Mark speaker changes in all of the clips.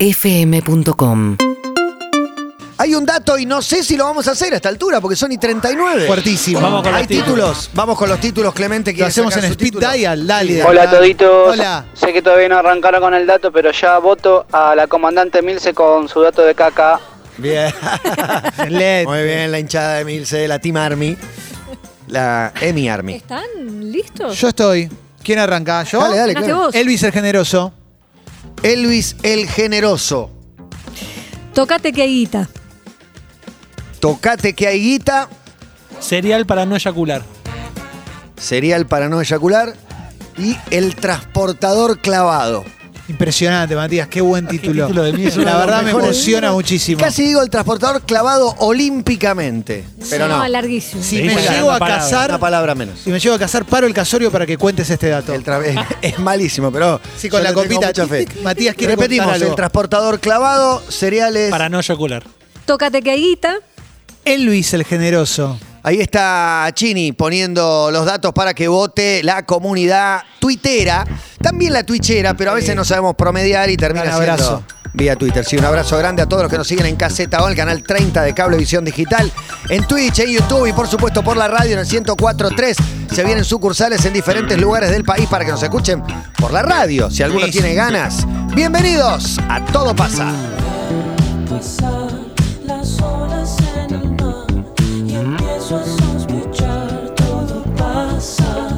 Speaker 1: urbanaplayfm.com
Speaker 2: Hay un dato y no sé si lo vamos a hacer a esta altura porque son y 39.
Speaker 3: Fuertísimo.
Speaker 4: Vamos con los
Speaker 2: Hay títulos. Vamos con los títulos, Clemente.
Speaker 3: Lo
Speaker 2: ¿quiere
Speaker 3: hacemos en
Speaker 2: sacar su
Speaker 3: Speed
Speaker 2: título?
Speaker 3: Dial, dale. dale.
Speaker 5: Hola toditos.
Speaker 3: Hola.
Speaker 5: Sé que todavía no arrancaron con el dato, pero ya voto a la comandante Milce con su dato de caca.
Speaker 2: Bien.
Speaker 3: Excelente.
Speaker 2: Muy bien, la hinchada de Milce, la Team Army. La Emi Army.
Speaker 6: ¿Están listos?
Speaker 3: Yo estoy. ¿Quién arranca? ¿Yo?
Speaker 2: Dale, dale,
Speaker 6: Ganaste
Speaker 2: claro.
Speaker 6: vos.
Speaker 3: Elvis el Generoso.
Speaker 2: Elvis el Generoso.
Speaker 6: Tocate que hay guita.
Speaker 2: Tocate que hay guita.
Speaker 4: Cereal para no eyacular.
Speaker 2: Cereal para no eyacular. Y el transportador clavado.
Speaker 3: Impresionante, Matías. Qué buen título.
Speaker 4: título de mierda.
Speaker 3: La verdad me
Speaker 2: Mejor
Speaker 3: emociona
Speaker 2: el-
Speaker 3: muchísimo.
Speaker 2: Casi digo el transportador clavado olímpicamente. Pero no.
Speaker 6: larguísimo.
Speaker 3: Si
Speaker 4: Sí,
Speaker 3: me
Speaker 4: una
Speaker 3: llego a
Speaker 4: palabra.
Speaker 3: casar,
Speaker 2: Una palabra menos.
Speaker 3: si me llego a casar, paro el casorio para que cuentes este dato.
Speaker 2: El tra- es, es malísimo, pero.
Speaker 3: Sí, con
Speaker 2: yo
Speaker 3: la
Speaker 2: le tengo
Speaker 3: copita.
Speaker 2: mucha fe.
Speaker 3: Tic, tic, Matías quiere
Speaker 2: Repetimos:
Speaker 3: contar algo.
Speaker 2: el transportador clavado, cereales.
Speaker 4: Para no eyacular.
Speaker 6: Tócate que hay guita.
Speaker 3: Elvis el Generoso.
Speaker 2: Ahí está Chini poniendo los datos para que vote la comunidad tuitera. También la twitchera, pero a veces no sabemos promediar y termina
Speaker 3: Un
Speaker 2: siendo
Speaker 3: abrazo.
Speaker 2: Vía Twitter. Sí, un abrazo grande a todos los que nos siguen en Caseta O, el canal 30 de Cablevisión Digital, en Twitch, en YouTube y por supuesto por la radio en el 104.3. Se vienen sucursales en diferentes lugares del país para que nos escuchen por la radio, si alguno tiene ganas. Bienvenidos a Todo Pasa.
Speaker 7: pasar las horas en el mar y empiezo a sospechar todo pasa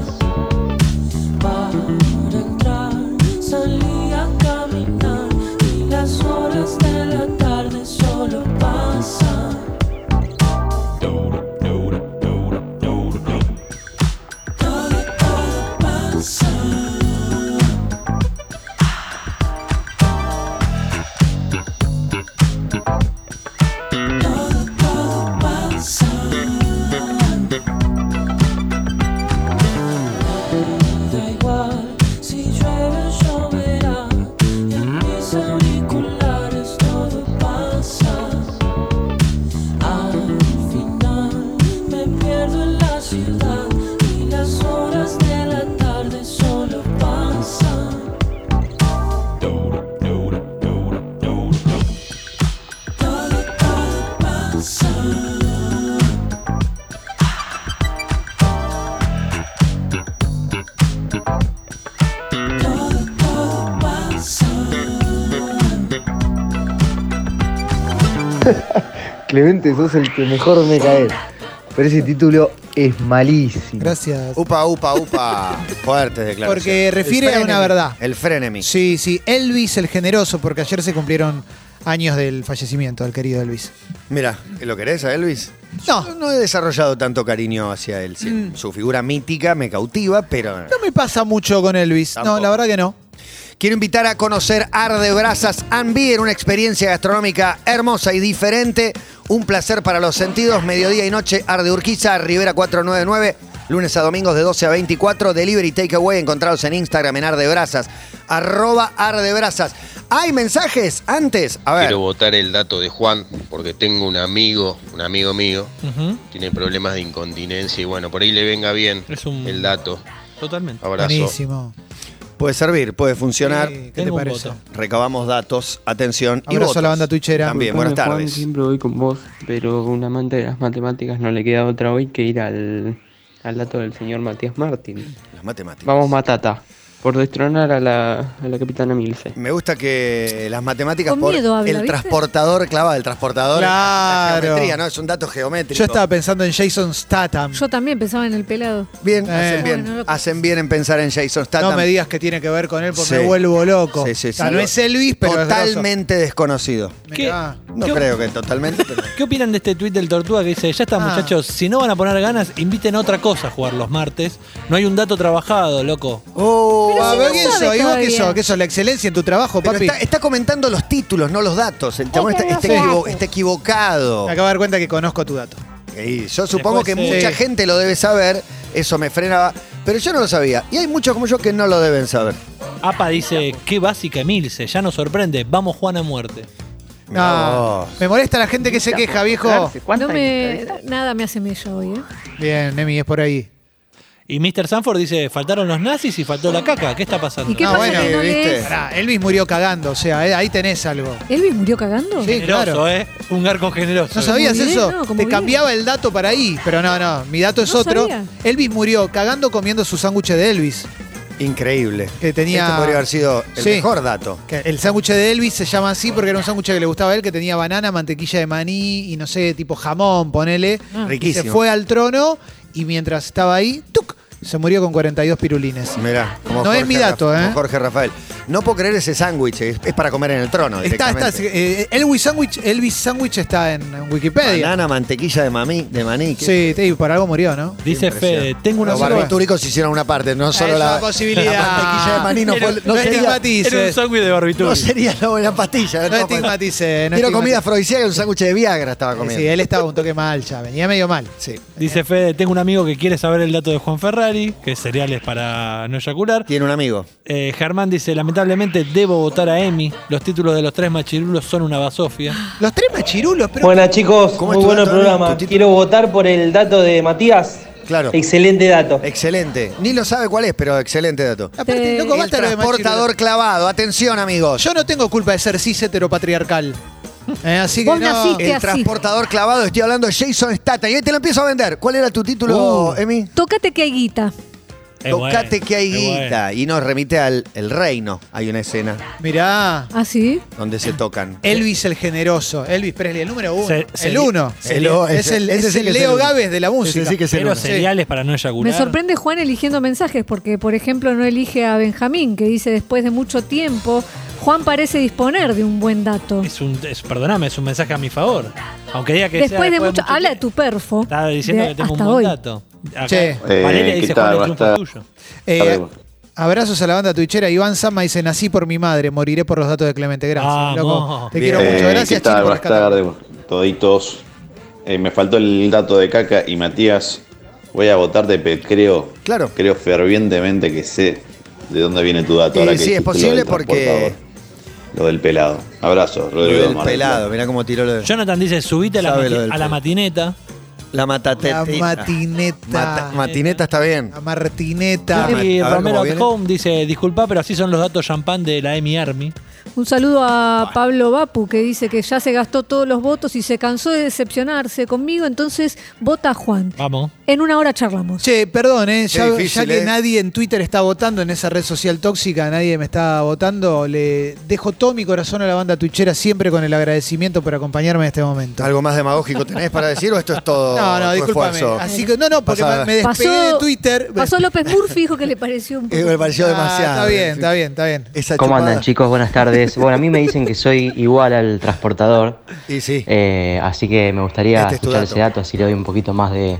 Speaker 7: para entrar salí a caminar y las horas de la tarde solo pasan todo todo pasa todo pasa. Da igual si llueve o lloverá, en mis auriculares todo pasa. Al final me pierdo en la ciudad y las horas de la tarde solo pasan. Todo, todo pasa. Todo, todo pasa.
Speaker 8: Clemente, sos el que mejor me cae. Pero ese título es malísimo.
Speaker 3: Gracias.
Speaker 2: Upa, upa, upa. Fuerte declaración.
Speaker 3: Porque refiere
Speaker 2: El
Speaker 3: a una
Speaker 2: frenemy.
Speaker 3: verdad.
Speaker 2: El frenemy.
Speaker 3: Sí, sí. Elvis el Generoso, porque ayer se cumplieron años del fallecimiento del querido Elvis.
Speaker 2: Mira, ¿lo querés a Elvis?
Speaker 3: No.
Speaker 2: Yo no he desarrollado tanto cariño hacia él. sí. Su figura mítica me cautiva, pero...
Speaker 3: No me pasa mucho con Elvis.
Speaker 2: Tampoco.
Speaker 3: No, la verdad que no.
Speaker 2: Quiero invitar a conocer Arde Brasas and Beer, una experiencia gastronómica hermosa y diferente. Un placer para los sentidos. Mediodía y noche, Arde Urquiza, Rivera 499. Lunes a domingos de 12 a 24. Delivery y Takeaway encontrados en Instagram en Arde Brasas. Arroba Arde Brasas. ¿Hay mensajes antes? A ver.
Speaker 9: Quiero votar el dato de Juan, porque tengo un amigo, un amigo mío,
Speaker 4: Ujú.
Speaker 9: tiene problemas de incontinencia y bueno, por ahí le venga bien
Speaker 4: Es un-
Speaker 9: el dato.
Speaker 4: Totalmente.
Speaker 9: Abrazo.
Speaker 3: Buenísimo.
Speaker 2: Puede servir, puede funcionar.
Speaker 3: Sí, ¿Qué te
Speaker 4: Tengo un
Speaker 3: parece?
Speaker 4: voto.
Speaker 2: Recabamos datos, atención y
Speaker 3: Abrazo
Speaker 2: votos.
Speaker 3: a la banda tuichera.
Speaker 2: También, Eh, buenas
Speaker 10: Bueno, Juan,
Speaker 2: tardes.
Speaker 10: siempre voy con vos, pero un amante de las matemáticas no le queda otra hoy que ir al, al dato del señor Matías Martín.
Speaker 2: Las matemáticas.
Speaker 10: Vamos, Matata, por destronar a la, a la capitana Milce.
Speaker 2: Me gusta que las matemáticas
Speaker 6: Con
Speaker 2: por
Speaker 6: miedo habla,
Speaker 2: el
Speaker 6: ¿viste?
Speaker 2: transportador clava el transportador.
Speaker 3: Claro.
Speaker 2: La geometría, ¿no? Es un dato geométrico.
Speaker 3: Yo estaba pensando en Jason Statham.
Speaker 6: Yo también pensaba en el pelado.
Speaker 2: Bien,
Speaker 3: Eh.
Speaker 2: hacen bien.
Speaker 6: Bueno, no lo-
Speaker 2: hacen bien en pensar en Jason Statham.
Speaker 3: no me digas que tiene que ver con él porque
Speaker 2: Sí.
Speaker 3: me vuelvo loco.
Speaker 2: Sí, sí,
Speaker 3: O sea,
Speaker 2: sí.
Speaker 3: no es Elvis, pero es grosso.
Speaker 2: Totalmente desconocido.
Speaker 3: Me
Speaker 4: ¿Qué?
Speaker 3: cagá.
Speaker 2: No
Speaker 4: ¿Qué-
Speaker 2: creo que totalmente, pero
Speaker 4: ¿Qué opinan de este tuit del Tortuga que dice, ya está
Speaker 3: Ah.
Speaker 4: muchachos, si no van a poner ganas, inviten a otra cosa a jugar los martes? No hay un dato trabajado, loco.
Speaker 2: Oh,
Speaker 6: Pero
Speaker 2: a
Speaker 6: si
Speaker 2: ver,
Speaker 6: no
Speaker 3: ¿Qué
Speaker 6: sabe
Speaker 3: sos? ¿Y vos qué
Speaker 6: todavía.
Speaker 3: sos? ¿Qué sos? ¿La excelencia en tu trabajo,
Speaker 2: pero
Speaker 3: papi?
Speaker 2: está, está comentando los títulos, no los datos. El chabón está, está equivo- está equivocado.
Speaker 3: Me acabo de dar cuenta que conozco tu dato.
Speaker 2: Y yo supongo que
Speaker 4: Después, eh,
Speaker 2: mucha
Speaker 3: sí.
Speaker 2: gente lo debe saber. Eso me frenaba. Pero yo no lo sabía. Y hay muchos como yo que no lo deben saber.
Speaker 4: APA dice, qué básica Milce, ya nos sorprende, vamos Juan a muerte.
Speaker 2: Mirá
Speaker 3: Ah,
Speaker 2: vos.
Speaker 3: me molesta la gente que se queja, viejo.
Speaker 6: No me, nada me hace mella hoy, ¿eh?
Speaker 3: Bien, Nemi, es por ahí.
Speaker 4: Y Mr. Sanford dice, faltaron los nazis y faltó la caca. ¿Qué está pasando?
Speaker 6: ¿Y qué
Speaker 1: No,
Speaker 6: pasa
Speaker 1: bueno,
Speaker 6: que no
Speaker 1: ¿viste?
Speaker 6: lees?
Speaker 3: Pará, Elvis murió cagando, o sea, eh, ahí tenés algo.
Speaker 6: ¿Elvis murió cagando?
Speaker 3: Sí.
Speaker 4: generoso,
Speaker 3: claro.
Speaker 4: ¿eh? Un garco generoso.
Speaker 3: ¿No sabías
Speaker 6: bien,
Speaker 3: eso?
Speaker 6: no, como
Speaker 3: Te
Speaker 6: bien.
Speaker 3: cambiaba el dato para ahí, pero no, no, mi dato es
Speaker 6: No
Speaker 3: otro.
Speaker 6: sabía.
Speaker 3: Elvis murió cagando comiendo su sándwich de Elvis.
Speaker 2: Increíble.
Speaker 3: Que tenía-
Speaker 2: Este podría haber sido el
Speaker 3: Sí.
Speaker 2: mejor dato.
Speaker 3: Que el sándwich de Elvis se llama así porque era un sándwich que le gustaba a él, que tenía banana, mantequilla de maní y no sé, tipo jamón, ponele.
Speaker 6: Ah.
Speaker 3: Y
Speaker 2: Riquísimo.
Speaker 3: se fue al trono y mientras estaba ahí, ¡tuc! se murió con 42 pirulines.
Speaker 2: Mirá, como
Speaker 3: No
Speaker 2: Jorge
Speaker 3: es mi
Speaker 2: Ra-
Speaker 3: dato,
Speaker 2: como
Speaker 3: ¿eh?
Speaker 2: Jorge Rafael. No puedo creer ese sándwich, es, es para comer en el trono.
Speaker 3: Está,
Speaker 2: Directamente.
Speaker 3: está, eh, Elvis Sandwich, Elvis Sandwich está en, en Wikipedia.
Speaker 2: Banana, mantequilla de, mami, de maní. qué
Speaker 3: Sí, te digo, por algo murió, ¿no?
Speaker 4: Dice
Speaker 2: impresión.
Speaker 4: Fede, tengo una
Speaker 2: Los
Speaker 4: sola-
Speaker 2: barbitúricos hicieron una parte, no solo
Speaker 3: es
Speaker 2: la,
Speaker 3: una posibilidad.
Speaker 2: la mantequilla de maní. No,
Speaker 4: Era-
Speaker 2: fue- no
Speaker 3: no
Speaker 2: sería,
Speaker 3: estigmatices.
Speaker 4: Era un sándwich de barbitúrico.
Speaker 2: no sería la buena pastilla.
Speaker 3: No
Speaker 2: no,
Speaker 3: estigmatice, no
Speaker 2: Quiero
Speaker 3: estigmatice.
Speaker 2: comida afrodisíaca y un sándwich de Viagra estaba comiendo.
Speaker 3: Sí, él estaba un toque mal ya, venía medio mal.
Speaker 2: Sí.
Speaker 4: Dice Fede, tengo un amigo que quiere saber el dato de Juan Ferrari, que es cereales para no eyacular.
Speaker 2: Tiene un amigo.
Speaker 4: Eh, Germán dice, lamentablemente debo votar a Emi. Los títulos de los tres machirulos son una basofia.
Speaker 3: Los tres machirulos, pero
Speaker 5: Buenas chicos,
Speaker 2: ¿Cómo
Speaker 5: muy
Speaker 2: es tu
Speaker 5: bueno el
Speaker 2: dato, Dani?
Speaker 5: programa.
Speaker 2: ¿Tu título?
Speaker 5: Quiero votar por el dato de Matías.
Speaker 2: Claro.
Speaker 5: Excelente dato.
Speaker 2: Excelente. Ni lo sabe cuál es, pero excelente dato.
Speaker 3: aparte, loco,
Speaker 2: El
Speaker 3: basta lo de
Speaker 2: transportador
Speaker 3: machirulos.
Speaker 2: clavado. Atención, amigos.
Speaker 3: Yo no tengo culpa de ser cis heteropatriarcal. Eh, así que
Speaker 6: Vos
Speaker 3: no.
Speaker 6: naciste.
Speaker 2: El
Speaker 6: así.
Speaker 2: transportador clavado, estoy hablando de Jason Statham. Y ahí te lo empiezo a vender. ¿Cuál era tu título,
Speaker 4: Uh.
Speaker 2: Emi?
Speaker 6: Tócate que hay guita.
Speaker 4: Es
Speaker 2: Tocate
Speaker 4: bueno,
Speaker 2: que hay
Speaker 4: es bueno.
Speaker 2: guita. Y nos remite al el reino. Hay una escena
Speaker 3: Mirá.
Speaker 6: ¿Ah, sí?
Speaker 2: donde se tocan.
Speaker 3: Elvis el generoso, Elvis Presley, el número uno.
Speaker 4: Se- se-
Speaker 3: el uno.
Speaker 2: se- lo-
Speaker 3: es el,
Speaker 2: ese
Speaker 3: es
Speaker 2: sí
Speaker 3: el
Speaker 2: que es el
Speaker 3: Leo
Speaker 2: uno.
Speaker 3: Gávez de la música.
Speaker 2: Ese sí que es el
Speaker 4: Pero
Speaker 2: uno.
Speaker 4: cereales para no eyacular.
Speaker 6: Me sorprende Juan eligiendo mensajes porque, por ejemplo, no elige a Benjamín, que dice después de mucho tiempo, Juan parece disponer de un buen dato.
Speaker 4: Es un, es- perdóname, es un mensaje a mi favor. Aunque diga que sea
Speaker 6: Después de mucho... Habla de
Speaker 4: tiempo.
Speaker 6: tu perfo.
Speaker 4: Estaba diciendo
Speaker 6: de-
Speaker 4: que tengo un
Speaker 6: hasta
Speaker 4: buen
Speaker 6: hoy.
Speaker 4: dato. Acá,
Speaker 3: Che.
Speaker 4: Valeria
Speaker 1: Eh,
Speaker 4: dice
Speaker 1: ¿qué
Speaker 4: Juan
Speaker 1: tal?
Speaker 4: el triunfo
Speaker 1: Basta.
Speaker 4: es tuyo.
Speaker 3: Eh,
Speaker 1: Sabemos.
Speaker 3: abrazos a la banda tuichera. Iván Sama dice, nací por mi madre, moriré por los datos de Clemente. Gracias,
Speaker 4: Vamos.
Speaker 3: loco. Te
Speaker 2: Bien.
Speaker 3: quiero mucho.
Speaker 1: Eh,
Speaker 3: Gracias,
Speaker 1: ¿Qué tal?
Speaker 3: Chino, por
Speaker 1: Buenas
Speaker 3: rescatarme.
Speaker 1: tardes, toditos. Eh, me faltó el dato de caca y Matías, voy a votarte, pero creo,
Speaker 2: Claro.
Speaker 1: creo fervientemente que sé de dónde viene tu dato.
Speaker 2: Eh,
Speaker 1: ahora que
Speaker 2: sí, es
Speaker 1: dijiste lo
Speaker 2: posible
Speaker 1: del
Speaker 2: porque-
Speaker 1: transportador. Lo del pelado. Abrazo,
Speaker 2: Lo
Speaker 1: Rodrigo. de
Speaker 2: del
Speaker 1: Mar del
Speaker 2: pelado, mirá cómo tiró lo de.
Speaker 4: Jonathan dice, subite a la,
Speaker 2: Sabe
Speaker 4: mati-
Speaker 2: lo del
Speaker 4: a la
Speaker 2: pe-
Speaker 4: matineta.
Speaker 2: La matateta.
Speaker 3: La matineta.
Speaker 2: Mata- matineta está bien.
Speaker 3: La Martineta.
Speaker 2: Claro.
Speaker 4: Y
Speaker 2: a ver cómo
Speaker 4: Romero at
Speaker 2: viene.
Speaker 4: Home dice, disculpa, pero así son los datos champán de la Emi Army.
Speaker 6: Un saludo a Pablo Bapu, que dice que ya se gastó todos los votos y se cansó de decepcionarse conmigo, entonces vota a Juan.
Speaker 4: Vamos.
Speaker 6: En una hora charlamos.
Speaker 3: Che, perdón, eh, ya,
Speaker 2: difícil,
Speaker 3: ya que
Speaker 2: eh.
Speaker 3: nadie en Twitter está votando, en esa red social tóxica, nadie me está votando, le dejo todo mi corazón a la banda tuichera siempre con el agradecimiento por acompañarme en este momento.
Speaker 2: ¿Algo más demagógico tenés para decir o esto es todo?
Speaker 3: No, no,
Speaker 2: tu
Speaker 3: discúlpame.
Speaker 2: esfuerzo?
Speaker 3: Así que, no, no, porque
Speaker 2: Pasada.
Speaker 3: me, me despegué de Twitter.
Speaker 6: pasó López Murphy, dijo que le pareció un
Speaker 2: Eh,
Speaker 6: poco.
Speaker 2: me pareció
Speaker 3: Ah,
Speaker 2: demasiado. eh.
Speaker 3: Está bien, está bien, está bien.
Speaker 2: Esa
Speaker 10: ¿Cómo
Speaker 2: chupada.
Speaker 10: andan chicos? Buenas tardes. Bueno, a mí me dicen que soy igual al transportador,
Speaker 2: Y sí.
Speaker 10: eh, así que me gustaría
Speaker 2: Este es tu
Speaker 10: escuchar
Speaker 2: dato.
Speaker 10: ese dato, así le doy un poquito más de, de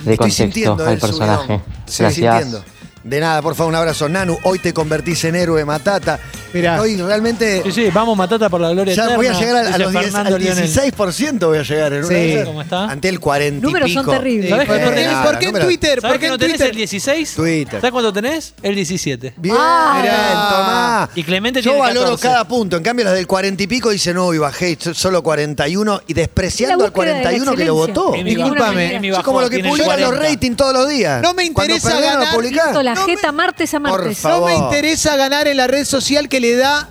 Speaker 2: Estoy
Speaker 10: contexto
Speaker 2: sintiendo
Speaker 10: al
Speaker 2: el
Speaker 10: personaje.
Speaker 2: subidón. Estoy sintiendo. De nada, por favor, un abrazo. Nanu, hoy te convertís en héroe, Matata.
Speaker 3: Mirá.
Speaker 2: Hoy realmente.
Speaker 4: Sí, sí, vamos matata por la gloria
Speaker 2: Ya
Speaker 4: eterna.
Speaker 2: voy a llegar a, a
Speaker 4: dice
Speaker 2: los 10
Speaker 4: Fernando
Speaker 2: al
Speaker 4: Lionel.
Speaker 2: 16% voy a llegar en una
Speaker 3: Sí.
Speaker 2: de esas.
Speaker 4: ¿Cómo está?
Speaker 2: Ante el 40 y
Speaker 6: Números son
Speaker 2: pico.
Speaker 6: terribles.
Speaker 3: ¿Sabés
Speaker 2: Eh,
Speaker 3: por qué,
Speaker 2: nada,
Speaker 3: por qué en
Speaker 2: número-
Speaker 3: Twitter?
Speaker 4: ¿Sabes
Speaker 3: ¿Por qué
Speaker 4: que no
Speaker 3: en
Speaker 4: tenés el
Speaker 3: Twitter?
Speaker 4: 16?
Speaker 2: Twitter.
Speaker 4: ¿Sabes cuánto tenés? El 17.
Speaker 2: Bien,
Speaker 6: Ah.
Speaker 2: mirá, tomá.
Speaker 4: Y Clemente
Speaker 2: Yo
Speaker 4: tiene
Speaker 2: valoro
Speaker 4: 14.
Speaker 2: cada punto. En cambio, las del 40 y pico dicen, no, y bajé so- solo 41 y
Speaker 6: Es la
Speaker 2: despreciando al
Speaker 6: búsqueda de la
Speaker 2: 41 que lo
Speaker 6: excelencia.
Speaker 2: votó.
Speaker 4: Emi bajó-
Speaker 3: discúlpame,
Speaker 4: Emi
Speaker 2: Es
Speaker 4: bajó,
Speaker 2: como lo que
Speaker 4: tiene el
Speaker 2: publican los
Speaker 4: 40.
Speaker 2: ratings todos los días.
Speaker 3: No me interesa
Speaker 2: Cuando perdieron,
Speaker 3: ganar.
Speaker 2: Lo publicás.
Speaker 6: Listo, la
Speaker 3: No me-
Speaker 6: jeta martes a
Speaker 2: Por
Speaker 6: martes. ¿eh?
Speaker 2: favor.
Speaker 3: No me interesa ganar en la red social que le da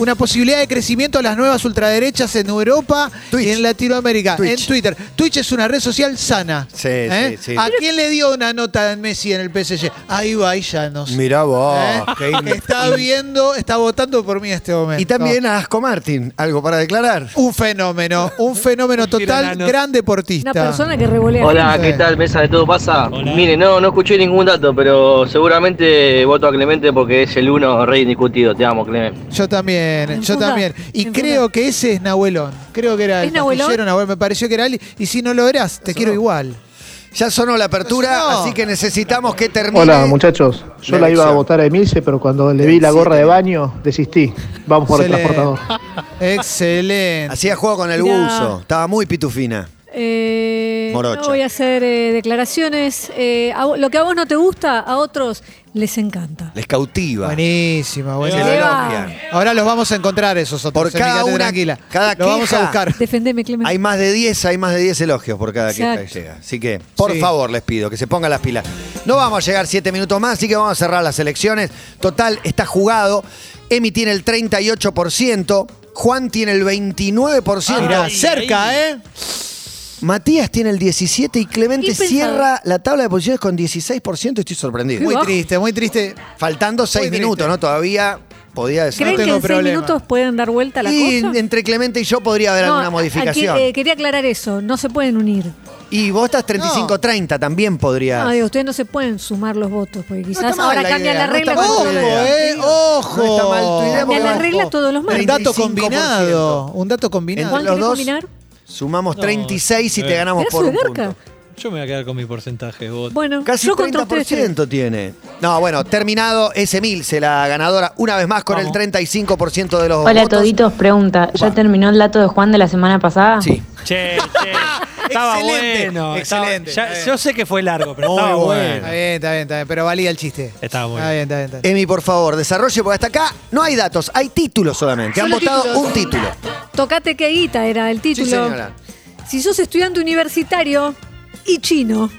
Speaker 3: una posibilidad de crecimiento a las nuevas ultraderechas en Europa
Speaker 2: Twitch.
Speaker 3: y en Latinoamérica,
Speaker 2: Twitch.
Speaker 3: en Twitter. Twitch es una red social sana.
Speaker 2: Sí,
Speaker 3: ¿eh?
Speaker 2: sí, sí.
Speaker 3: ¿A quién le dio una nota en Messi en el PSG? Ahí va, ahí ya no sé.
Speaker 2: Mirá vos.
Speaker 3: ¿Eh?
Speaker 2: qué in-
Speaker 3: Que está viendo, está votando por mí en este momento.
Speaker 2: Y también a Asco Martin, algo para declarar.
Speaker 3: Un fenómeno, un fenómeno total,
Speaker 4: tirano.
Speaker 3: gran deportista.
Speaker 6: Una persona que revolea.
Speaker 5: Hola,
Speaker 3: Sí.
Speaker 5: ¿qué tal? Mesa de todo pasa.
Speaker 4: Hola.
Speaker 5: Mire, no, no escuché ningún dato, pero seguramente voto a Clemente porque es el uno rey indiscutido. Te amo, Clemente.
Speaker 3: Yo también, yo
Speaker 6: Enfunda,
Speaker 3: también. Y
Speaker 6: enfunda.
Speaker 3: creo que ese es Nahuelón. Creo que era
Speaker 6: ¿Es
Speaker 3: el
Speaker 6: Nahuelón?
Speaker 3: pastillero Nahuel, me pareció que era él. Y si no lo eras, te quiero igual.
Speaker 2: Ya sonó la apertura,
Speaker 3: No.
Speaker 2: así que necesitamos que termine.
Speaker 11: Hola muchachos, yo
Speaker 2: La
Speaker 11: la iba a
Speaker 2: elección.
Speaker 11: votar a Emilce, pero cuando le vi la gorra de baño, desistí. Vamos por el
Speaker 3: Excelente.
Speaker 11: transportador.
Speaker 3: Excelente.
Speaker 2: Hacía juego con el
Speaker 6: Mirá.
Speaker 2: buzo. Estaba muy pitufina.
Speaker 6: Eh, eh,
Speaker 2: Morocho.
Speaker 6: no voy a hacer eh, declaraciones. Eh, a vo- lo que a vos no te gusta, a otros les encanta.
Speaker 2: Les cautiva.
Speaker 3: Buenísima, buenísima.
Speaker 2: Se lo elogian.
Speaker 3: Ahora los vamos a encontrar esos otros.
Speaker 2: Por
Speaker 3: así
Speaker 2: cada
Speaker 3: quédate
Speaker 2: una-
Speaker 3: tranquila.
Speaker 2: cada
Speaker 3: Los vamos a
Speaker 2: queja.
Speaker 3: buscar.
Speaker 6: Defendeme, Clemente.
Speaker 2: Hay más de 10, hay más de 10 elogios por cada queja que
Speaker 6: Exacto.
Speaker 2: llega. Así que, por
Speaker 3: Sí.
Speaker 2: favor, les pido que se pongan las pilas. No vamos a llegar 7 minutos más, así que vamos a cerrar las elecciones. Total, está jugado. Emi tiene el 38%, Juan tiene el 29%.
Speaker 3: Mirá, cerca, ¿eh?
Speaker 2: Matías tiene el 17 y Clemente
Speaker 6: Y pensaba.
Speaker 2: cierra la tabla de posiciones con 16%. Estoy sorprendido.
Speaker 3: Muy
Speaker 6: bajo.
Speaker 3: triste, muy triste.
Speaker 2: Faltando 6
Speaker 3: triste.
Speaker 2: minutos, ¿no? Todavía podía decir.
Speaker 6: ¿Creen
Speaker 3: tengo
Speaker 6: que en seis
Speaker 3: problema.
Speaker 6: minutos pueden dar vuelta la
Speaker 2: y
Speaker 6: cosa?
Speaker 2: entre Clemente y yo podría haber
Speaker 6: No,
Speaker 2: alguna
Speaker 6: aquí,
Speaker 2: modificación.
Speaker 6: eh, quería aclarar eso, no se pueden unir.
Speaker 2: y vos estás 35-30, también podría.
Speaker 6: Ay, ustedes no se pueden sumar los votos, porque
Speaker 2: está
Speaker 6: quizás
Speaker 2: mal
Speaker 6: ahora
Speaker 2: la
Speaker 6: cambian
Speaker 2: idea,
Speaker 6: la
Speaker 2: no
Speaker 6: regla.
Speaker 2: está mal
Speaker 3: Ojo,
Speaker 6: cuando-
Speaker 2: tu idea.
Speaker 3: eh, ojo.
Speaker 2: No está mal tu idea, porque
Speaker 6: Cambian la
Speaker 2: vamos-
Speaker 6: regla todos los
Speaker 3: Un
Speaker 6: martes.
Speaker 3: dato
Speaker 2: 35%.
Speaker 3: combinado. Un dato
Speaker 6: ¿Juan
Speaker 3: combinado.
Speaker 2: Entre los
Speaker 6: quiere
Speaker 2: dos,
Speaker 6: combinar?
Speaker 2: Sumamos
Speaker 4: No,
Speaker 2: 36 y te
Speaker 4: eh.
Speaker 2: ganamos
Speaker 6: Era
Speaker 2: por
Speaker 6: su
Speaker 2: un
Speaker 6: garca.
Speaker 2: punto.
Speaker 4: Yo me voy a quedar con mi porcentaje de votos.
Speaker 6: Bueno,
Speaker 2: Casi
Speaker 6: yo contra ustedes tres.
Speaker 2: 30% tiene. No, bueno, terminado ese Milce, la ganadora, una vez más con
Speaker 4: Vamos.
Speaker 2: el 35% de los
Speaker 12: Hola
Speaker 2: votos.
Speaker 12: Toditos, pregunta, ¿ya terminó el dato de Juan de la semana pasada?
Speaker 2: Sí.
Speaker 4: Che, che. estaba
Speaker 3: Excelente,
Speaker 4: bueno.
Speaker 3: excelente.
Speaker 4: estaba- ya-
Speaker 3: Está bien.
Speaker 4: yo sé que fue largo, pero
Speaker 2: Muy
Speaker 4: estaba bueno.
Speaker 3: Está bien, está bien, está bien. Pero valía el chiste.
Speaker 4: Estaba bueno.
Speaker 3: Está bien, está bien. está bien.
Speaker 2: Emi, por favor, desarrolle, porque hasta acá no hay datos, hay títulos solamente. Han
Speaker 6: Solo
Speaker 2: votado
Speaker 6: títulos.
Speaker 2: un título.
Speaker 6: Tocate que guita era el título.
Speaker 2: Sí, señora.
Speaker 6: Si sos estudiante universitario y chino,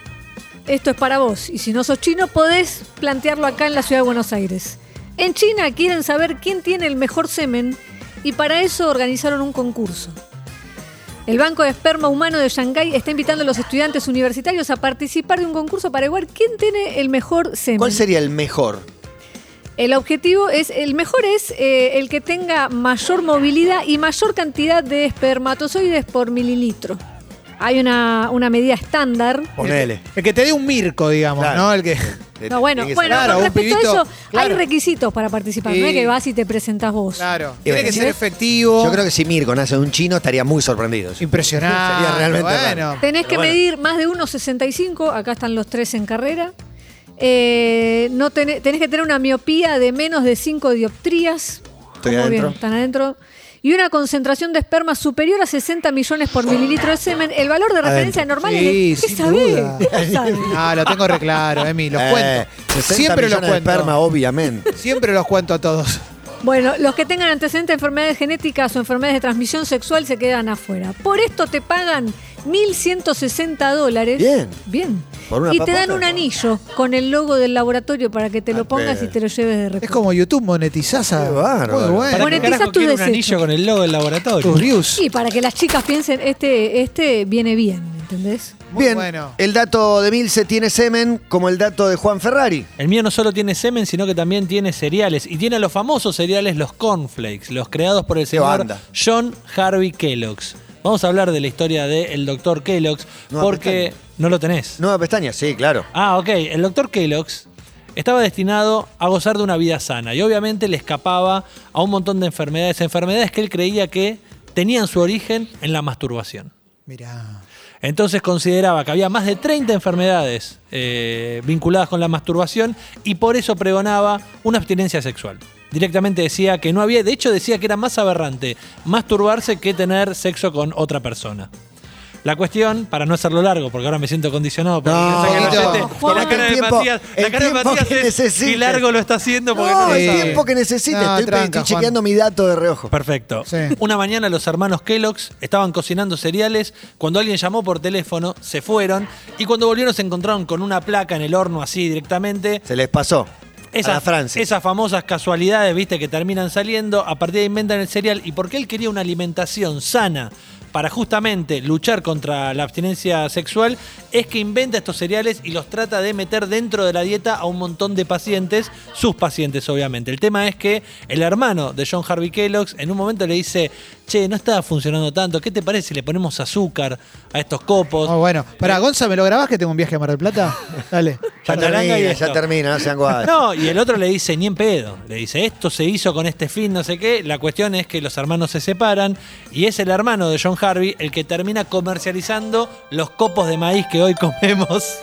Speaker 6: esto es para vos. Y si no sos chino, podés plantearlo acá en la ciudad de Buenos Aires. En China quieren saber quién tiene el mejor semen y para eso organizaron un concurso. El Banco de Esperma Humano de Shanghái está invitando a los estudiantes universitarios a participar de un concurso para averiguar quién tiene el mejor semen.
Speaker 2: ¿Cuál sería el mejor?
Speaker 6: Eh, El objetivo es, el mejor es eh, el que tenga mayor movilidad y mayor cantidad de espermatozoides por mililitro. Hay una, una medida estándar.
Speaker 2: Ponele.
Speaker 3: El que te dé un mirco, digamos,
Speaker 2: Claro.
Speaker 3: ¿no? El que.
Speaker 6: No, bueno,
Speaker 2: Eh, Tiene que
Speaker 6: bueno
Speaker 2: ser-
Speaker 3: Claro,
Speaker 6: con
Speaker 3: un
Speaker 6: respecto
Speaker 3: pibito,
Speaker 6: a eso,
Speaker 3: claro.
Speaker 6: hay requisitos para participar. No
Speaker 3: Y-
Speaker 6: es que vas y te presentás vos.
Speaker 3: Claro.
Speaker 2: Y
Speaker 3: Tiene
Speaker 2: bueno,
Speaker 3: que
Speaker 2: ¿sí
Speaker 3: ser
Speaker 2: ves?
Speaker 3: efectivo.
Speaker 2: Yo creo que si Mirko nace de un chino estaría muy sorprendido.
Speaker 3: Impresionante.
Speaker 2: Sería realmente
Speaker 3: bueno.
Speaker 6: Tenés que
Speaker 2: Pero bueno.
Speaker 6: medir más de 1,65. Acá están los tres en carrera. Eh, no tené- tenés que tener una miopía de menos de 5 dioptrías.
Speaker 2: Estoy
Speaker 6: Muy bien,
Speaker 2: adentro.
Speaker 6: están adentro. Y una concentración de esperma superior a 60 millones por mililitro de semen. El valor de referencia normal
Speaker 3: Sí,
Speaker 6: es de- ¿Qué
Speaker 3: sin
Speaker 6: sabés?
Speaker 3: duda.
Speaker 6: ¿Cómo sabés?
Speaker 3: Ah, lo tengo re claro, Emi. Los
Speaker 2: Eh,
Speaker 3: cuento.
Speaker 2: 60
Speaker 3: Siempre los
Speaker 2: millones de
Speaker 3: cuento.
Speaker 2: Esperma, obviamente.
Speaker 3: Siempre los cuento a todos.
Speaker 6: Bueno, los que tengan antecedentes de enfermedades genéticas o enfermedades de transmisión sexual se quedan afuera. Por esto te pagan 1.160 dólares.
Speaker 2: Bien.
Speaker 6: Bien.
Speaker 2: Por una
Speaker 6: y te
Speaker 2: papota.
Speaker 6: dan un anillo con el logo del laboratorio para que te lo pongas y te lo lleves de
Speaker 3: Es
Speaker 6: recuerdo.
Speaker 3: como YouTube monetizás a.
Speaker 2: Qué bárbaro.
Speaker 3: Muy bueno.
Speaker 4: ¿Para qué
Speaker 6: Monetizás
Speaker 4: carajo
Speaker 6: tus
Speaker 4: quiero un
Speaker 6: desechos.
Speaker 4: anillo con el logo del laboratorio?
Speaker 3: Tus views.
Speaker 6: Y para que las chicas piensen, este, este viene bien, ¿entendés?
Speaker 3: Muy
Speaker 2: Bien,
Speaker 3: bueno.
Speaker 2: el dato de Milce tiene semen como el dato de Juan Ferrari.
Speaker 4: El mío no solo tiene semen, sino que también tiene cereales. Y tiene a los famosos cereales, los cornflakes, los creados por el señor
Speaker 2: banda.
Speaker 4: John Harvey Kellogg's. Vamos a hablar de la historia del doctor Kellogg's,
Speaker 2: No,
Speaker 4: porque
Speaker 2: apretame.
Speaker 4: no lo tenés.
Speaker 2: Nueva pestaña, sí, claro.
Speaker 4: Ah, ok. El doctor Kellogg's estaba destinado a gozar de una vida sana y obviamente le escapaba a un montón de enfermedades, enfermedades que él creía que tenían su origen en la masturbación.
Speaker 3: Mirá.
Speaker 4: Entonces consideraba que había más de 30 enfermedades eh, vinculadas con la masturbación y por eso pregonaba una abstinencia sexual. Directamente decía que no había, de hecho decía que era más aberrante masturbarse que tener sexo con otra persona. La cuestión, para no hacerlo largo, porque ahora me siento condicionado por
Speaker 2: No,
Speaker 4: el mensaje del
Speaker 6: poquito.
Speaker 4: oyente,
Speaker 6: Juan.
Speaker 4: la cara
Speaker 2: El
Speaker 4: de
Speaker 2: tiempo-
Speaker 4: Matías, la
Speaker 2: el
Speaker 4: cara de
Speaker 2: tiempo
Speaker 4: Matías
Speaker 2: que
Speaker 4: es,
Speaker 2: necesite.
Speaker 4: qué largo lo está haciendo porque no,
Speaker 2: No,
Speaker 4: lo
Speaker 2: el
Speaker 4: sabe.
Speaker 2: tiempo que necesite.
Speaker 3: No,
Speaker 2: estoy, pe-
Speaker 3: tranca,
Speaker 2: estoy chequeando
Speaker 3: Juan.
Speaker 2: mi dato de reojo.
Speaker 4: Perfecto.
Speaker 3: Sí.
Speaker 4: Una mañana los hermanos Kellogg's estaban cocinando cereales. Cuando alguien llamó por teléfono, se fueron. Y cuando volvieron, se encontraron con una placa en el horno, así directamente.
Speaker 2: Se les pasó. a la Francia.
Speaker 4: esas famosas casualidades, viste, que terminan saliendo. A partir de ahí inventan el cereal. Y porque él quería una alimentación sana para justamente luchar contra la abstinencia sexual, es que inventa estos cereales y los trata de meter dentro de la dieta a un montón de pacientes, sus pacientes obviamente. El tema es que el hermano de John Harvey Kellogg's en un momento le dice, che, no está funcionando tanto, ¿qué te parece si le ponemos azúcar a estos copos?
Speaker 3: Muy Ah, bueno. Pará, Gonza, ¿me lo grabás que tengo un viaje a Mar del Plata? Dale.
Speaker 2: Ya
Speaker 4: Chataranga y
Speaker 2: termina,
Speaker 4: esto.
Speaker 2: ya termina, no sean guadas.
Speaker 4: No, y el otro le dice, ni en pedo. Le dice, esto se hizo con este fin, no sé qué. La cuestión es que los hermanos se separan y es el hermano de John Harvey el que termina comercializando los copos de maíz que hoy comemos.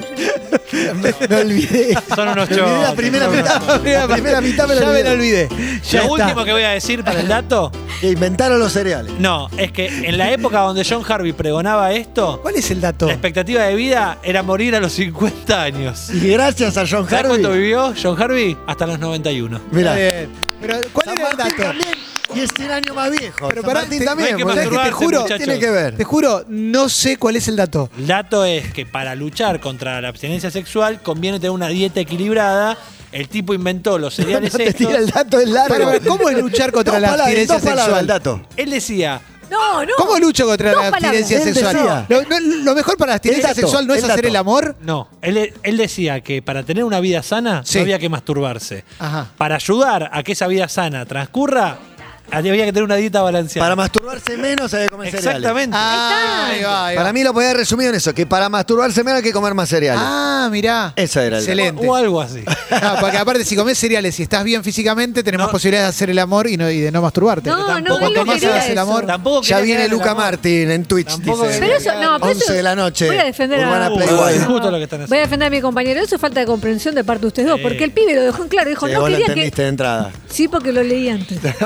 Speaker 3: Me, me olvidé.
Speaker 4: Son unos
Speaker 3: Me olvidé
Speaker 4: chotos,
Speaker 3: la primera
Speaker 4: son unos
Speaker 3: mitad.
Speaker 4: chotos.
Speaker 3: La primera mitad me la
Speaker 2: Ya me la
Speaker 3: olvidé. Ya
Speaker 4: Lo
Speaker 3: está.
Speaker 4: último que voy a decir para el dato,
Speaker 2: Que inventaron los cereales.
Speaker 4: no, es que en la época donde John Harvey pregonaba esto,
Speaker 3: ¿Cuál es el dato?
Speaker 4: la expectativa de vida era morir a los 50 años.
Speaker 2: Y gracias a John
Speaker 4: ¿Sabes cuánto
Speaker 2: Harvey.
Speaker 4: vivió John Harvey? Hasta los 91.
Speaker 2: Mirá.
Speaker 3: Está bien. Pero, ¿cuál era el dato?
Speaker 2: También, y es 100 años más viejo.
Speaker 3: Pero pará,
Speaker 2: Martín
Speaker 3: te-
Speaker 2: también.
Speaker 4: no hay que
Speaker 2: porque-
Speaker 4: masturbarse,
Speaker 2: te juro,
Speaker 4: muchachos.
Speaker 2: tiene que ver.
Speaker 3: Te juro, no sé cuál es el dato.
Speaker 4: El dato es que para luchar contra la abstinencia sexual conviene tener una dieta equilibrada. El tipo inventó los cereales
Speaker 2: No te
Speaker 4: estos.
Speaker 2: tira el dato, es largo.
Speaker 3: Pero, ¿Cómo es luchar contra
Speaker 2: Dos
Speaker 3: la
Speaker 2: palabras,
Speaker 3: abstinencia
Speaker 2: dos palabras
Speaker 3: sexual?
Speaker 2: el dato.
Speaker 4: Él decía,
Speaker 6: No, no.
Speaker 3: ¿Cómo lucho contra
Speaker 6: Dos
Speaker 3: la
Speaker 6: palabras.
Speaker 3: abstinencia
Speaker 2: Él
Speaker 3: sexual?
Speaker 2: decía.
Speaker 3: Lo, no- lo mejor para la abstinencia
Speaker 2: El dato,
Speaker 3: sexual no es
Speaker 2: el
Speaker 3: hacer
Speaker 2: dato.
Speaker 3: el amor.
Speaker 4: no, él, él decía que para tener una vida sana
Speaker 3: Sí.
Speaker 4: no había que masturbarse.
Speaker 3: Ajá.
Speaker 4: Para ayudar a que esa vida sana transcurra, había que tener una dieta balanceada.
Speaker 2: Para masturbarse menos hay que comer cereales.
Speaker 4: Exactamente.
Speaker 3: Ah, ahí va, ahí va.
Speaker 2: Para mí lo podía resumir en eso, que para masturbarse menos hay que comer más cereales.
Speaker 3: Ah, mirá.
Speaker 2: Esa era el
Speaker 3: Excelente.
Speaker 4: O algo así.
Speaker 3: Ah, porque aparte, si comes cereales y estás bien físicamente, tenés
Speaker 4: No.
Speaker 3: más posibilidades de hacer el amor y, no, y de no masturbarte.
Speaker 6: No,
Speaker 3: Pero
Speaker 6: no, él
Speaker 3: cuanto
Speaker 6: no
Speaker 3: más
Speaker 6: quería
Speaker 3: hagas el
Speaker 6: eso.
Speaker 3: amor.
Speaker 4: Tampoco
Speaker 2: ya
Speaker 4: quería
Speaker 2: viene
Speaker 4: quedar el
Speaker 2: Luca
Speaker 4: amor.
Speaker 2: Martín en Twitch,
Speaker 4: Tampoco
Speaker 2: dice.
Speaker 4: quería
Speaker 6: Pero eso, no, pero
Speaker 2: 11
Speaker 6: eso-
Speaker 2: de la noche.
Speaker 6: Voy a defender
Speaker 2: Urbana
Speaker 6: a,
Speaker 2: Playboy.
Speaker 4: Es justo lo que están haciendo.
Speaker 6: Voy a defender a mi compañero. Eso es falta de comprensión de parte de ustedes dos,
Speaker 4: Sí.
Speaker 6: porque el pibe lo dejó en claro. Dijo,
Speaker 2: Sí,
Speaker 6: no
Speaker 2: vos lo
Speaker 6: quería
Speaker 2: entendiste
Speaker 6: que.
Speaker 2: de entrada.
Speaker 6: Sí, porque lo leí antes.
Speaker 2: ¿Te das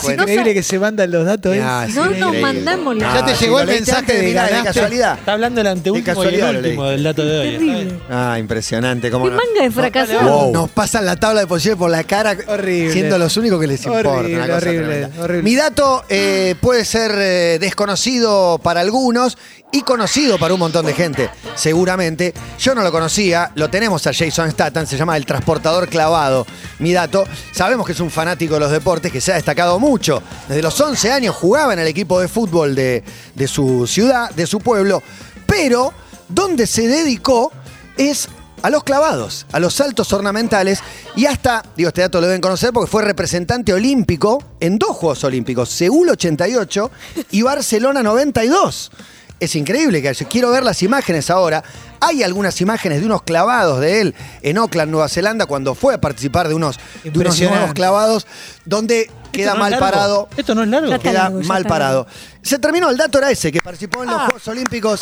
Speaker 6: si
Speaker 2: cuenta?
Speaker 6: no-
Speaker 3: Increíble
Speaker 6: sé.
Speaker 3: que se mandan los datos. ¿eh?
Speaker 2: Ah, sí,
Speaker 6: No nos
Speaker 2: increíble.
Speaker 6: mandamos la-
Speaker 2: Ah,
Speaker 3: Ya te llegó
Speaker 2: lo
Speaker 3: el
Speaker 2: leíste
Speaker 3: mensaje
Speaker 2: antes,
Speaker 3: de
Speaker 2: mirá,
Speaker 3: ganaste.
Speaker 2: casualidad.
Speaker 4: Está hablando el anteúltimo y
Speaker 2: casualidad
Speaker 4: el
Speaker 2: lo
Speaker 4: último
Speaker 2: leíste.
Speaker 4: del dato de hoy. ¿está bien?
Speaker 6: Terrible.
Speaker 2: Ah, impresionante. Cómo
Speaker 6: Qué
Speaker 2: no-
Speaker 6: manga de fracasado.
Speaker 2: Wow. Nos pasan la tabla de posiciones por la cara,
Speaker 3: Horrible.
Speaker 2: siendo los únicos que les importa.
Speaker 3: Horrible,
Speaker 2: una cosa
Speaker 3: horrible,
Speaker 2: tremenda.
Speaker 3: horrible.
Speaker 2: Mi dato eh, puede ser eh, desconocido para algunos y conocido para un montón de gente, seguramente. Yo no lo conocía, lo tenemos a Jason Statham, se llama El Transportador Clavado. Mi dato, sabemos que es un fanático de los deportes, que se ha destacado mucho. Desde los 11 años jugaba en el equipo de fútbol de, de su ciudad, de su pueblo, pero donde se dedicó es a los clavados, a los saltos ornamentales y hasta, digo, este dato lo deben conocer porque fue representante olímpico en dos Juegos Olímpicos, Seúl 88 y Barcelona 92. Es increíble que quiero ver las imágenes ahora. Hay algunas imágenes de unos clavados de él en Auckland, Nueva Zelanda, cuando fue a participar de unos, de unos
Speaker 3: Impresionante.
Speaker 2: nuevos clavados, donde queda
Speaker 4: no es
Speaker 2: mal
Speaker 4: largo.
Speaker 2: parado.
Speaker 4: Esto no es largo.
Speaker 6: Ya está
Speaker 2: Queda
Speaker 6: largo, ya
Speaker 2: mal
Speaker 6: está
Speaker 2: parado. Se terminó el dato era ese, que participó en los
Speaker 6: Ah.
Speaker 2: Juegos Olímpicos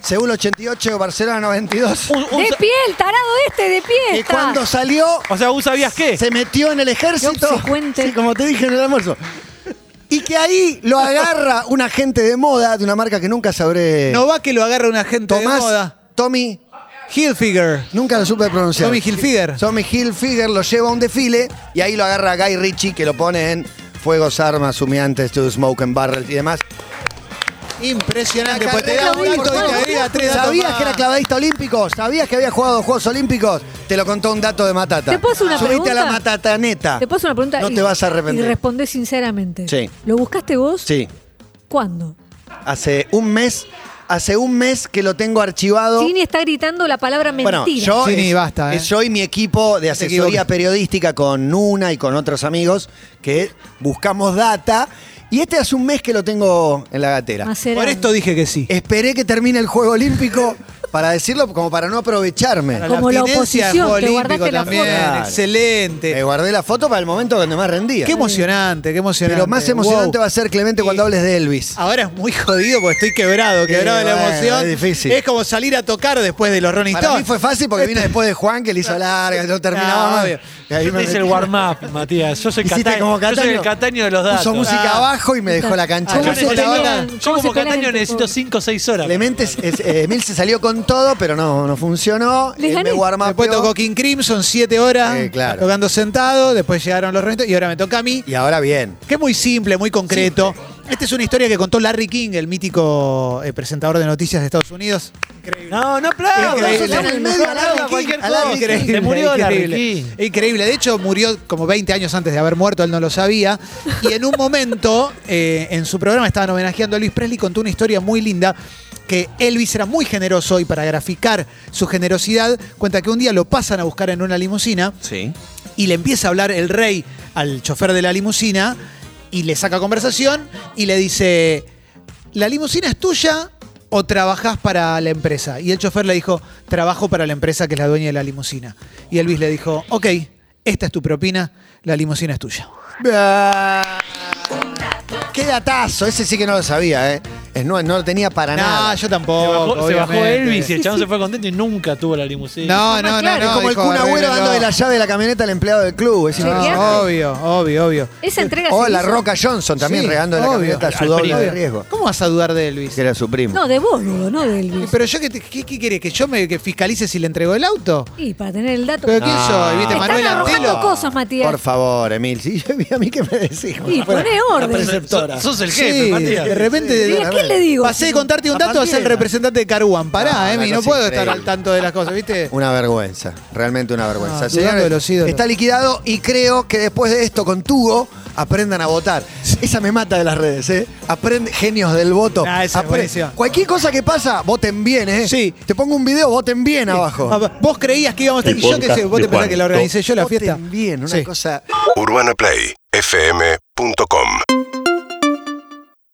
Speaker 2: Seúl 88, Barcelona 92.
Speaker 4: Un- un-
Speaker 6: De pie, el tarado este, de pie.
Speaker 2: Que
Speaker 6: está.
Speaker 2: cuando salió,
Speaker 4: o sea, ¿vos sabías qué?
Speaker 2: se metió en el ejército.
Speaker 6: Qué obsecuente.
Speaker 2: Sí, como te dije en el almuerzo. Y que ahí lo agarra un agente de moda de una marca que nunca sabré.
Speaker 3: No va que lo agarre un agente
Speaker 2: Tomás,
Speaker 3: de moda.
Speaker 2: Tommy,
Speaker 3: Hilfiger.
Speaker 2: nunca lo supe pronunciar.
Speaker 3: Tommy Hilfiger.
Speaker 2: Tommy Hilfiger lo lleva a un desfile y ahí lo agarra Guy Ritchie que lo pone en fuegos, armas, humeantes, to smoke and barrels y demás.
Speaker 3: Impresionante.
Speaker 2: Acá
Speaker 3: Pues te da un
Speaker 2: Claudito,
Speaker 3: dato y te
Speaker 2: ¿no?
Speaker 3: agrega tres datos.
Speaker 2: ¿Sabías
Speaker 3: más.
Speaker 2: que era clavadista olímpico? ¿Sabías que había jugado Juegos Olímpicos? Te lo contó un dato de Matata.
Speaker 6: ¿Te puedo hacer una
Speaker 2: Subite
Speaker 6: pregunta?
Speaker 2: a la Matataneta.
Speaker 6: Te puedo hacer una pregunta
Speaker 2: No
Speaker 6: y-
Speaker 2: te vas a
Speaker 6: Y
Speaker 2: arrepentir.
Speaker 6: respondés sinceramente.
Speaker 2: Sí.
Speaker 6: ¿Lo buscaste vos?
Speaker 2: Sí.
Speaker 6: ¿Cuándo?
Speaker 2: Hace un mes, hace un mes que lo tengo archivado.
Speaker 6: Chini está gritando la palabra mentira.
Speaker 2: Bueno, yo,
Speaker 3: Chini,
Speaker 2: es-
Speaker 3: basta, ¿eh?
Speaker 2: es yo y mi equipo de asesoría
Speaker 3: equivoques.
Speaker 2: periodística con Nuna y con otros amigos que buscamos data. Y este hace un mes que lo tengo en la gatera.
Speaker 6: Macerado.
Speaker 3: Por esto dije que sí.
Speaker 2: Esperé que termine el Juego Olímpico para decirlo, como para no aprovecharme.
Speaker 3: Para
Speaker 6: Como la
Speaker 3: abstinencia
Speaker 6: oposición,
Speaker 3: fue
Speaker 6: te
Speaker 3: olímpico
Speaker 6: guardaste la
Speaker 3: también.
Speaker 2: foto. Claro. Me
Speaker 3: Excelente.
Speaker 2: guardé la foto para el momento donde más rendía.
Speaker 3: Qué emocionante, qué emocionante.
Speaker 2: Pero más emocionante
Speaker 3: Wow. Ah,
Speaker 2: va a ser Clemente cuando hables de Elvis.
Speaker 3: Ahora es muy jodido porque estoy quebrado, quebrado de la
Speaker 2: bueno,
Speaker 3: emoción.
Speaker 2: es difícil.
Speaker 3: como salir a tocar después de los Rolling
Speaker 2: Para mí
Speaker 3: Stones.
Speaker 2: fue fácil porque vino después de Juan que le hizo larga, no terminaba
Speaker 6: Ah.
Speaker 3: No,
Speaker 2: más.
Speaker 3: obvio.
Speaker 2: Y ahí me
Speaker 4: Este es el
Speaker 2: metí.
Speaker 4: warm-up, Matías. Yo soy,
Speaker 2: Hiciste
Speaker 4: Cataño,
Speaker 2: como
Speaker 4: Yo soy
Speaker 2: Cataño.
Speaker 4: el Cataño de los datos. Ah,
Speaker 2: Puso música
Speaker 3: Ah.
Speaker 2: abajo y me dejó la cancha.
Speaker 6: ¿Cómo
Speaker 4: Yo
Speaker 6: se
Speaker 2: Clemente-
Speaker 4: necesito-
Speaker 6: pelean?
Speaker 4: yo
Speaker 6: ¿Cómo se
Speaker 4: como
Speaker 6: pelean
Speaker 4: Cataño
Speaker 6: entre
Speaker 4: necesito
Speaker 6: todos?
Speaker 4: 5 o 6 horas.
Speaker 2: Clemente es- es- eh, Emil se salió con todo, pero no, no funcionó.
Speaker 6: Les
Speaker 2: Eh,
Speaker 6: gané.
Speaker 2: me guarmó.
Speaker 3: Después tocó King Crimson, siete horas,
Speaker 2: Eh, claro.
Speaker 3: tocando sentado, después llegaron los Rolling Stones y ahora me toca a mí.
Speaker 2: Y ahora bien.
Speaker 3: Que es muy simple, muy concreto. Esta es una historia que contó Larry King, el mítico eh, presentador de noticias de Estados Unidos.
Speaker 4: No, no aplaudan.
Speaker 3: Increíble.
Speaker 4: Nosotros en el medio
Speaker 2: Increíble.
Speaker 4: hablamos cualquier
Speaker 2: A Larry
Speaker 4: cosa.
Speaker 2: King.
Speaker 4: Se murió la
Speaker 3: increíble. Increíble. De hecho, murió como 20 años antes de haber muerto, él no lo sabía. Y en un momento, eh, en su programa estaban homenajeando a Elvis Presley, contó una historia muy linda que Elvis era muy generoso y para graficar su generosidad, cuenta que un día lo pasan a buscar en una limusina
Speaker 2: Sí.
Speaker 3: y le empieza a hablar el rey al chofer de la limusina y le saca conversación y le dice, ¿la limusina es tuya o trabajás para la empresa? Y el chofer le dijo, trabajo para la empresa que es la dueña de la limusina. Y Elvis le dijo, ok, esta es tu propina, la limusina es tuya.
Speaker 2: Qué datazo, ese sí que no lo sabía, ¿eh? Es, no, no lo tenía para
Speaker 3: No,
Speaker 2: nada.
Speaker 3: yo tampoco,
Speaker 4: Se bajó, se bajó
Speaker 3: obviamente.
Speaker 4: Elvis y el chabón se fue contento y nunca tuvo la limusina.
Speaker 3: No, no, no,
Speaker 2: Es
Speaker 3: no.
Speaker 2: como el
Speaker 3: dijo,
Speaker 2: Kun Agüero
Speaker 3: "Arréglalo".
Speaker 2: dándole la llave de la camioneta al empleado del club. Es
Speaker 3: No,
Speaker 2: impresionante.
Speaker 3: obvio, obvio, obvio.
Speaker 6: Esa entrega
Speaker 2: O
Speaker 6: se
Speaker 2: la
Speaker 6: hizo-
Speaker 2: Roca Johnson también
Speaker 3: Sí,
Speaker 2: regando la
Speaker 3: obvio.
Speaker 2: camioneta a
Speaker 3: Al
Speaker 2: su doble de
Speaker 3: primo.
Speaker 2: riesgo.
Speaker 3: ¿Cómo vas a dudar de Elvis?
Speaker 2: Que era su primo.
Speaker 6: No, de vos, boludo, no de Elvis.
Speaker 3: Pero yo, ¿qué, te- qué, qué querés? ¿Que yo me que fiscalice si le entregó el auto?
Speaker 6: Y para tener el dato.
Speaker 3: ¿Pero quién
Speaker 2: No.
Speaker 3: soy?
Speaker 6: Te
Speaker 3: ¿Viste?
Speaker 6: están
Speaker 3: Manuel
Speaker 6: arrojando
Speaker 3: Antelo.
Speaker 6: cosas, Matías.
Speaker 2: Por favor, Emil. Sí, a mí que me decís. como
Speaker 6: Y
Speaker 2: si fuera
Speaker 6: poné
Speaker 2: La
Speaker 6: orden.
Speaker 2: preceptora.
Speaker 4: Sos el jefe,
Speaker 3: Sí,
Speaker 4: Matías.
Speaker 3: de repente.
Speaker 6: ¿Y a quién le digo?
Speaker 3: Pasé de contarte un
Speaker 2: Aparte
Speaker 3: dato a ser el
Speaker 2: era.
Speaker 3: representante de Caruan.
Speaker 2: No,
Speaker 3: Pará, Emi,
Speaker 2: una
Speaker 3: no
Speaker 2: cosa
Speaker 3: puedo
Speaker 2: increíble.
Speaker 3: estar al tanto de las cosas, ¿viste?
Speaker 2: Una vergüenza, realmente una vergüenza.
Speaker 3: Ah, dudando de los ídolos.
Speaker 2: está liquidado y creo que después de esto con Tugo aprendan a votar. Esa me mata de las redes, ¿eh? Aprende genios del voto.
Speaker 3: Ah, esa es
Speaker 2: Apre-
Speaker 3: buenísima.
Speaker 2: Cualquier cosa que pasa, voten bien, ¿eh?
Speaker 3: Sí.
Speaker 2: Te pongo un video, voten bien abajo.
Speaker 3: Ah, Vos creías que íbamos a
Speaker 1: El
Speaker 3: estar. y Yo qué
Speaker 1: podcast
Speaker 3: sé, vos
Speaker 1: de
Speaker 3: te pensás que la
Speaker 1: Juan.
Speaker 3: organicé yo la fiesta.
Speaker 2: Voten bien, una
Speaker 3: Sí.
Speaker 2: cosa
Speaker 13: UrbanaPlayFM.com